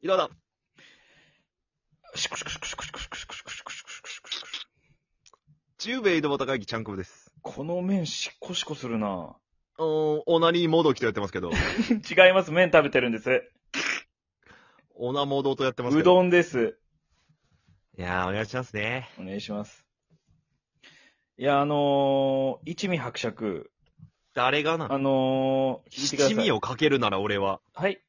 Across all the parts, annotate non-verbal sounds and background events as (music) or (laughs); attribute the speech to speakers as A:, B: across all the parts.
A: 移動だ。シュクシュクシュクシュクシュクシュクシュクシュクシュクシュクシュクシュクシュクシュ
B: 中米井戸端会議ちゃんこぶです。
A: この麺しっこしこするな
B: おー、オナニーモードキとやってますけ
A: (laughs)
B: ど、
A: 違います、麺食べてるんです。
B: オナモードとやってますけ
A: う
B: ど。
A: どんです。
B: いやー、お願いしますね。
A: お願いします。いや、あのー、一味伯爵。
B: 誰がな
A: あのー、聞いてください。
B: 七味をかけるなら俺は。
A: はい。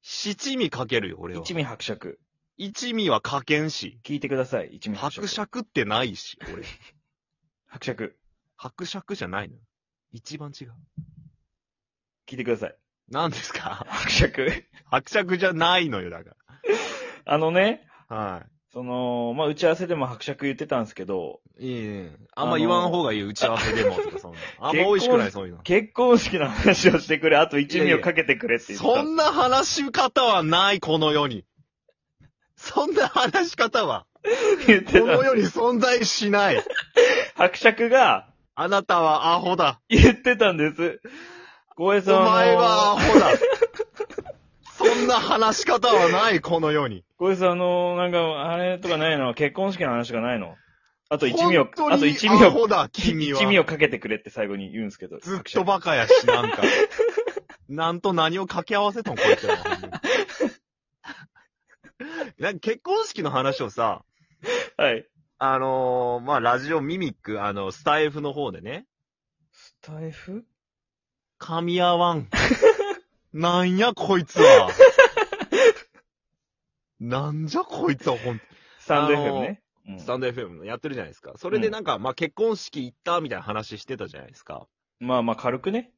B: 七味かけるよ、俺は。
A: 一味伯爵。
B: 一味はかけんし。
A: 聞いてください、一味伯爵。
B: 伯爵ってないし、俺。
A: 伯爵。
B: 伯爵じゃないの。一番違う。
A: 聞いてください。
B: 何ですか
A: 伯爵。
B: 伯爵じゃないのよ、だか
A: あのね、
B: ら。は
A: その、まあ、打ち合わせでも伯爵言ってたんですけど、
B: い。いいね。あんま言わん方がいい、打ち合わせでもとか、そんな。あんま美味しくない、そういうの。
A: 結婚式の話をしてくれ、あと一味をかけてくれって言った。
B: そんな話し方はない、この世に。そんな話し方は、
A: 言っ
B: こ
A: てたん
B: の
A: です
B: 世に存在しない。
A: 伯爵が
B: あなたはアホだ。
A: 言ってたんです。小江
B: お
A: さんあの
B: 前はアホだ。そんな話し方はない、この世に。
A: 小江さん、あの、なんか、あれとかないの結婚式の話がないのあと一味を
B: 本、当に
A: あと一味
B: ア
A: を、
B: ホだ、君は。
A: 一味をかけてくれって最後に言うんですけど。
B: ずっ
A: 伯
B: と
A: 爵
B: バカやし、なんか。なんと何を掛け合わせたの、こいつらは。なんか結婚式の話をさ、
A: はい。
B: あのーまあ、ラジオミミック、あの、スタイフの方でね、
A: スタイフ
B: 噛み合わ (laughs) ん。なんや、こいつ (laughs) は。なんじゃ、こいつは、ほん
A: スタンド
B: あの
A: FM ね。うん
B: スタンド FM のやってるじゃないですか。それでなんか、まあ、結婚式行ったみたいな話してたじゃないですか。
A: まあまあ軽くね。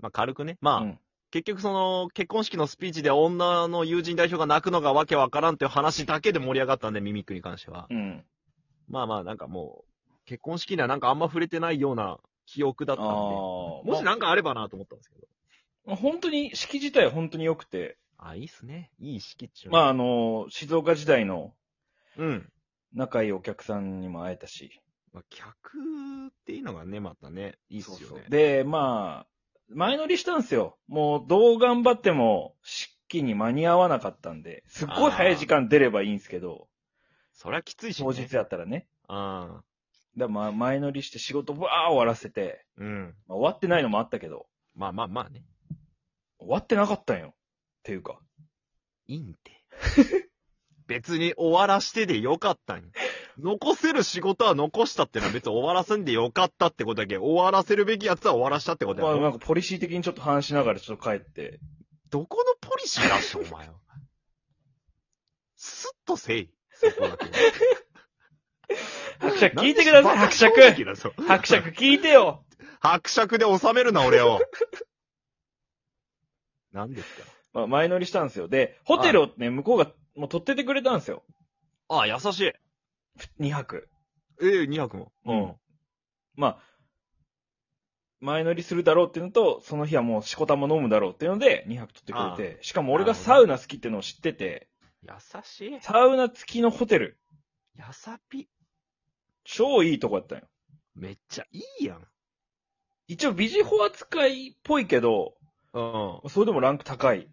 B: まあ、軽くね。まあ、
A: うん
B: 結局その、結婚式のスピーチで女の友人代表が泣くのがわけわからんっていう話だけで盛り上がったんで、ミミックに関しては。
A: うん。
B: まあまあ、なんかもう、結婚式にはなんかあんま触れてないような記憶だっ
A: ああ
B: たんで、も
A: ー。
B: しなんかあればなと思ったんですけど。
A: まあ本当に、式自体は本当に良くて、
B: あ、いいっすね。いい式っちゅうの
A: まああの、静岡時代の
B: うん。
A: 仲いいお客さんにも会えたし。
B: まあ、客っていうのがね、またね、いいっすよね。
A: そうそうで、まあ、前乗りしたんですよ。もう、どう頑張っても、式に間に合わなかったんで、すっごい早い時間出ればいいんですけど、
B: そりゃきついし、ね。
A: 当日だったらね。
B: あ
A: だからまあ、前乗りして仕事ばー終わらせて、
B: ーうん。
A: まあ、終わってないのもあったけど、
B: まあまあまあね。
A: 終わってなかったんよ。っていうか、
B: いいんて。 (laughs) 別に終わらしてでよかったんよ残せる仕事は残したってのは別に終わらせんでよかったってことだけど終わらせるべきやつは終わらしたってことや
A: まあ
B: ろ、
A: なんかポリシー的にちょっと話しながらちょっと帰って、
B: どこのポリシーだっしょ、お前は。すっとせい。そこだけ
A: (laughs)
B: は。
A: 伯爵聞いてください、
B: なん
A: 伯
B: で正
A: 爵
B: 直だぞ
A: 伯爵聞いてよ
B: (laughs) 伯爵で収めるな、俺
A: (laughs)
B: を。何ですか
A: まあ、前乗りしたんですよ。で、ホテルをね、向こうがもう取っててくれたんですよ。
B: ああ、優しい。え
A: 2泊。
B: え2泊も。
A: うん。まあ、前乗りするだろうっていうのと、その日はもうしこたま飲むだろうっていうので、2泊取ってくれて、しかも俺がサウナ好きっていうのを知ってて、
B: 優しい。
A: サウナ付きのホテル、
B: やさぴ。
A: 超いいとこやったんよ。
B: めっちゃいいやん。
A: 一応ビジホ扱いっぽいけど、
B: うん。
A: それでもランク高い。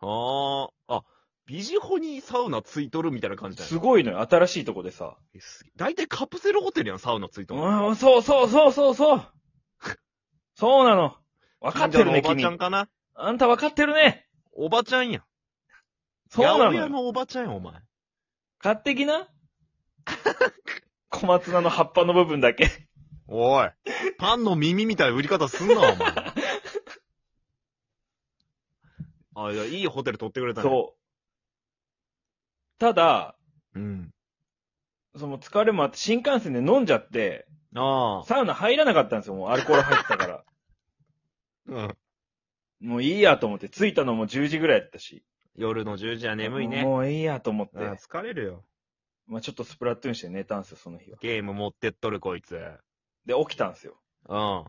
B: ああ、あ、ビジホにサウナついとるみたいな感じだ
A: す
B: よ。
A: ごいのよ、新しいとこでさ。
B: えすげえ大体カプセルホテルやん、サウナついとるの。
A: うん、そうそうそうそうそうそうなの。分かってる
B: 近所のお
A: ね、
B: ば
A: 君
B: ちゃ。んかな
A: あんた分かってるね。
B: おばちゃんやん。
A: そうな
B: 八
A: の
B: 百屋
A: よ。
B: のおばちゃんやん、お前。
A: 買ってきな。 (laughs) 小松菜の葉っぱの部分だけ。
B: お (laughs) い。パンの耳みたいな売り方すんな、お前。あ、いや、いいホテル取ってくれたね。
A: そう。ただ、
B: う。うん。
A: その疲れもあって、新幹線で飲んじゃって、
B: ああ。
A: サウナ入らなかったんですよ、もうアルコール入って
B: (laughs)
A: たから。
B: うん。
A: もういいやと思って、着いたのも10時ぐらいだったし。
B: 夜の10時は眠いね。
A: もういいやと思って、
B: ああ疲れるよ。
A: まあちょっとスプラトゥーンして寝たんですよ、その日は。
B: ゲーム持ってっとる、こいつ。
A: で、起きたんですよ。
B: うん。
A: う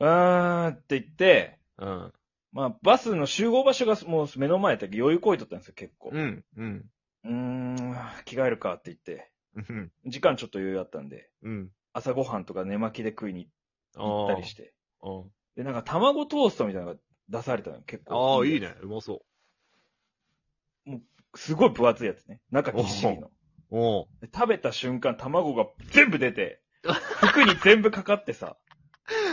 A: ーんって言って、
B: うん。
A: まあバスの集合場所がもう目の前だけど余裕こいとったんですよ、結構。
B: うん。うん。
A: うーん、着替えるかって言って。
B: うん。
A: 時間ちょっと余裕あったんで、
B: うん。
A: 朝ごはんとか寝巻きで食いに
B: ああ
A: (laughs) 行ったりして。
B: うん。
A: で、なんか卵トーストみたいなのが出されたの、結構。
B: ああ、いいね。うまそう。
A: すごい分厚いやつね。中ぎっしりの。
B: おう
A: で食べた瞬間、卵が全部出て、服に全部かかってさ、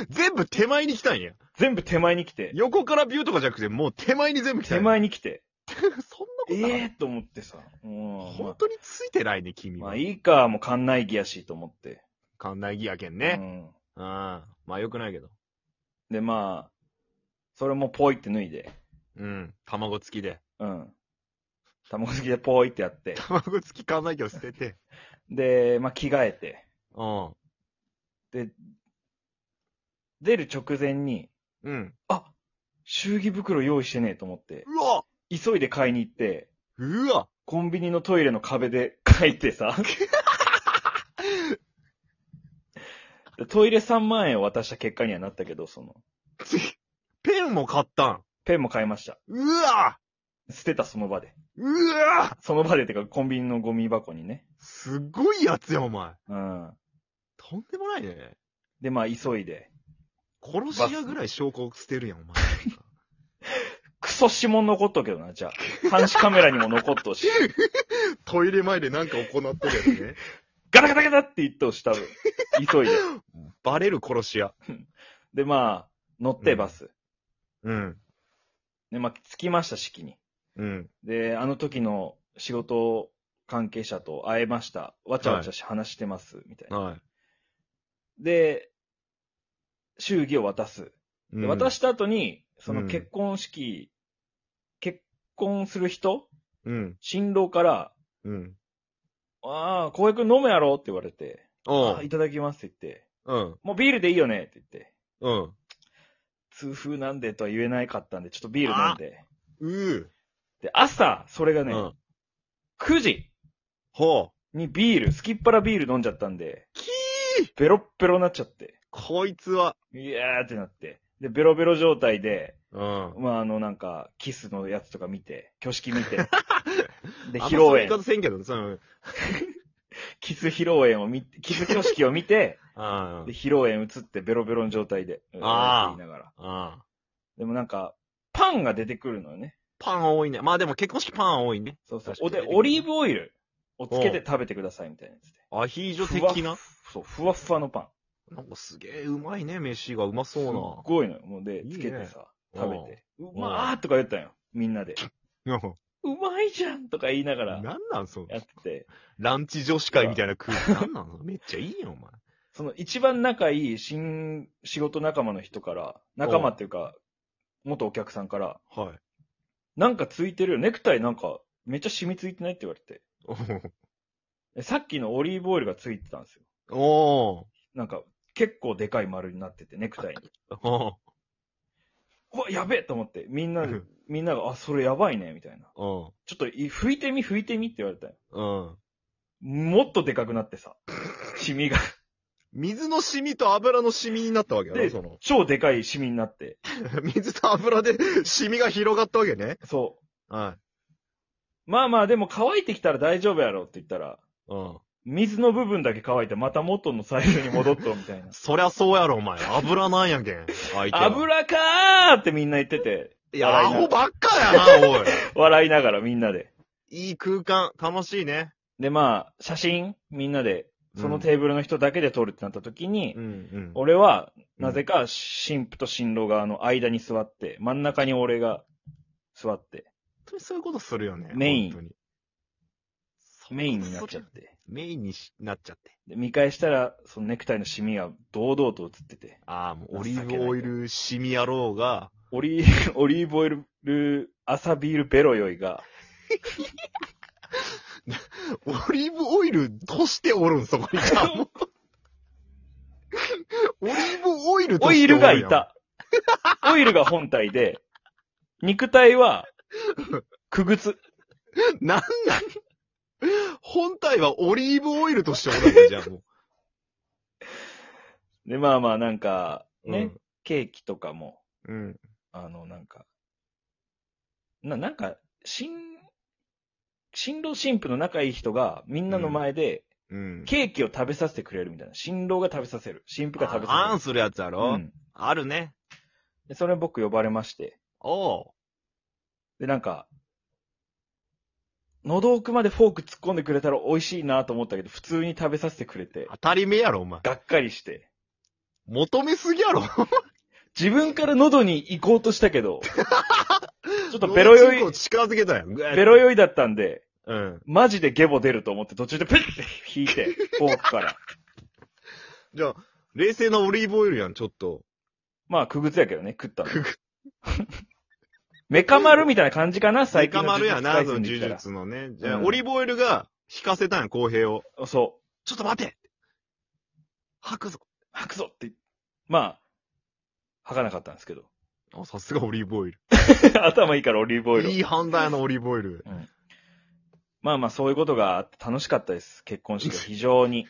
B: 全部手前に来たんや。
A: 全部手前に来て、
B: 横からビューとかじゃなくて、もう手前に全部来たんや。
A: 手前に来て、
B: (laughs) そんなこと
A: え
B: ない。
A: えー、と思ってさ、うん
B: 本当についてないね、君
A: まあ、
B: は。
A: まあいいか、もう館内着やしと思って。
B: 館内着やけん
A: う
B: ね。
A: ん
B: うん。まあ、よくないけど。
A: で、まあ、それもポイって脱いで、
B: うん。卵付きで。 (laughs)
A: うん。卵好きでポイってやって、
B: 卵付き館内着を捨て
A: (laughs)
B: て。
A: で、まあ、着替えて、
B: うん。
A: 出る直前に、
B: うん。
A: あ祝儀袋用意してねえと思って、
B: うわ
A: 急いで買いに行って、
B: うわ
A: コンビニのトイレの壁で書い
B: (laughs)
A: てさ、トイレ3万円を渡した結果にはなったけど、その、
B: ペンも買ったん。
A: ペンも買いました。
B: うわ
A: 捨てたその場で。
B: うわ
A: その場でってか、コンビニのゴミ箱にね。
B: すごいやつや、お前。
A: うん。
B: とんでもないね。
A: で、まあ、急いで。
B: 殺し屋ぐらい証拠を捨てるやん、お前。
A: クソ指紋残っとうけどな、じゃあ。監視カメラにも残っと
B: (laughs)
A: うし。
B: トイレ前でなんか行ってるやつね。
A: ガタガタガタって言っとうし、多分。急いで。
B: バレる殺し屋。
A: で、まあ、乗っ
B: う
A: て、
B: ん
A: バス。
B: うん。
A: で、まあ、着きました、式に。
B: うん。
A: で、あの時の仕事関係者と会えました。わちゃわちゃし話してます、みたいな。
B: は
A: で、祝儀を渡す。
B: い。
A: で
B: うん
A: 渡し、た後に、その
B: うん
A: 結婚式、結婚する人
B: うん。
A: 新郎から、
B: うん。
A: ああ、浩平くん飲むやろって言われて、
B: お
A: ああ、
B: う
A: いただきますって言って、
B: うん。
A: もうビールでいいよねって言って、
B: うん。
A: 痛風なんでとは言えないかったんで、ちょっとビール飲んで。
B: うー。
A: で、朝、それが
B: う
A: ね、
B: ん。
A: 9時
B: ほう。
A: にビール、すきっ腹ビール飲んじゃったんで、
B: きー
A: ベロッベロになっちゃって、
B: こいつは。
A: いやーってなって、で、ベロベロ状態で、
B: うん。
A: まあ、あの、なんか、キスのやつとか見て、挙式
B: (laughs)
A: 見て、で、
B: あん
A: 披
B: まそう
A: 露
B: いう言い
A: 宴、
B: 方せんけど、その、
A: キス披露宴を見て、キス挙式を見て、
B: あ
A: で、披露宴映ってベロベロの状態で、うー
B: あー
A: って言いながら。
B: あ。
A: でもなんか、パンが出てくるのよね。
B: パン多いね。まあでも結婚式パン多いね。
A: そうそう
B: 確。かに
A: おで、オリーブオイルをつけて食べてくださいみたいなやつで。
B: アヒージ
A: ふわ
B: ョ的な。
A: そう、ふわっふわのパン。
B: なんかすげえうまいね、飯が。うます
A: っ
B: そ
A: ごいのよ。もう
B: い
A: で、
B: いね
A: つけてさ、食べて。う
B: うん
A: まーとか言ったんよ。みんなで。
B: うな。
A: うまいじゃんとか言いな
B: (laughs)
A: が
B: な
A: ら
B: ん、なんその
A: やってて。
B: ランチ女子会みたいな空 (laughs) 気。なんなんそのめっちゃいいやん、お前。
A: その一番仲いい新仕事仲間の人から、仲間っていうか、元お客さんから、
B: はい。
A: なんかついてるよ。ネクタイなんか、めっちゃ染みついてないって言われて。えさっきのオリーブオイルがついてたんですよ。
B: おー。
A: なんか、結構でかい丸になってて、ネクタイに。
B: おー。
A: うわ、やべえと思って、みんな
B: う
A: で
B: ん、
A: みんなが、あ、それやばいね、みたいな。
B: お
A: ちょっとい、拭いてみ、拭いてみって言われたよ。
B: うん。
A: もっとでかくなってさ、シミが。
B: 水のシミと油のシミになったわけだ
A: で
B: その。 (laughs)
A: 超でかいシミになって。
B: 水と油でシミが広がったわけね。
A: そ
B: は
A: う。まあまあ、でも乾いてきたら大丈夫やろって言ったら、
B: い。うん。。
A: 水の部分だけ乾いてまた元のサイズに戻っとうみたいな
B: そりゃそうやろ、お前。油なんやけん。相手は。
A: (laughs) 油かーってみんな言ってて、
B: いや、アホばっかや
A: (laughs)
B: な、おい。
A: 笑いながらみんなで。
B: いい空間、楽しいね。
A: でまあ、写真みんなで、そのテーブルの人だけで撮るってなった時に、
B: うん、うん。
A: 俺は、なぜか、新婦と新郎側の間に座って、真ん中に俺が座って、
B: 本当にそういうことするよね。
A: メイン
B: 本当に。
A: メインになっちゃって。
B: メインにしなっちゃって。
A: で見返したら、そのネクタイのシミが堂々と映ってて、
B: ああ、もうオリーブオイルシミ野郎が、
A: オリオリーブオイル、朝ビールベロ酔い (laughs) が、
B: オリーブオイルとしておるん、そこ
A: (laughs)
B: に。もうオリーブオイルと
A: オ
B: し
A: イ
B: てお
A: ル
B: るや
A: が
B: ん (laughs)
A: い。た。オイルが本体で、肉体は、くぐつ。
B: なんなん本体はオリーブオイルとしておるんだ、じゃあも
A: で、まあまあ、なんか、
B: う。
A: (laughs) ね、ケーキとかも、
B: うん。うん。
A: あの、なんか、な、なんか、新、新郎新婦の仲いい人が、みんなの前で、
B: うん。
A: ケーキを食べさせてくれるみたいな。新郎が食べさせる。新婦が食べ
B: ああ
A: さ
B: んするやつや
A: せる。
B: ろ、
A: うん。
B: あるね。
A: で、それ僕呼ばれまして。
B: おう。
A: で、なんか、喉奥までフォーク突っ込んでくれたら美味しいなと思ったけど、普通に食べさせてくれて、
B: 当たり目やろ、お前。
A: がっかりして。
B: 求めすぎやろ。
A: 自分から喉に行こうとした
B: (laughs)
A: けど、ちょっとベロ酔い、
B: 近づけたやん。ベ
A: ベロ酔いだったんで、
B: うん。
A: マジでゲボ出ると思って途中でプッて引いて、フォークから。 (laughs)
B: じゃあ、冷静なオリーブオイルやん、ちょっと。
A: まあ、くぐつやけどね、食ったの。 (laughs) メカ丸みたいな感じかな、
B: 最
A: 最近
B: 近
A: の
B: ま
A: 呪
B: る
A: 術
B: やな、その呪
A: 廻戦で
B: 術のね。
A: 言ったら
B: じゃあ、
A: うん
B: オリーブオイルが引かせたんや、公平を。
A: そう。
B: ちょっと待て吐くぞ。
A: 吐くぞって、まあ、吐かなかったんですけど。 (laughs)
B: あ、さすがオリーブオイル。
A: 頭いいからオリーブオイルを。
B: いい判断やな、オリーブオイル。
A: まあまあ、そういうことがあって楽しかったです。結婚式は非常に。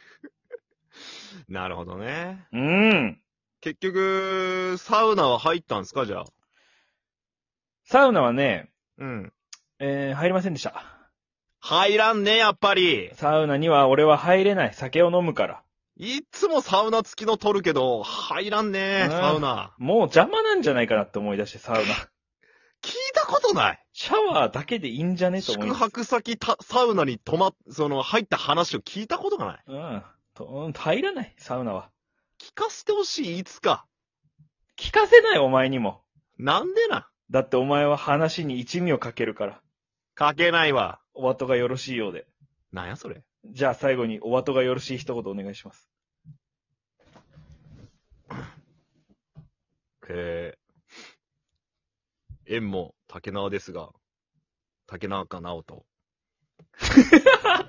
B: なるほどね。
A: うーん。
B: 結局、サウナは入ったんすか、じゃあ。
A: サウナはね、
B: うん。
A: えー、入りませんでした。
B: 入らんね、やっぱり。
A: サウナには俺は入れない。酒を飲むから。
B: いつもサウナ付きの撮るけど、入らんね
A: う、ん
B: サウナ。
A: もう邪魔なんじゃないかなって思い出して、サウナ。
B: 聞いたことない。
A: シャワーだけでいいんじゃねと思い
B: 宿
A: ます。
B: 泊先た、サウナに泊ま、その、入った話を聞いたことがない。
A: うん。とうん入らない、サウナは。
B: 聞かせてほしい、いつか。
A: 聞かせない、お前にも。
B: なんでな。
A: だってお前は話に一味をかけるから。
B: 書けないわ。
A: お後がよろしいようで。
B: なんや、それ。
A: じゃあ最後にお後がよろしい一言お願いします。
B: えー、縁も竹縄ですが、竹縄か直人。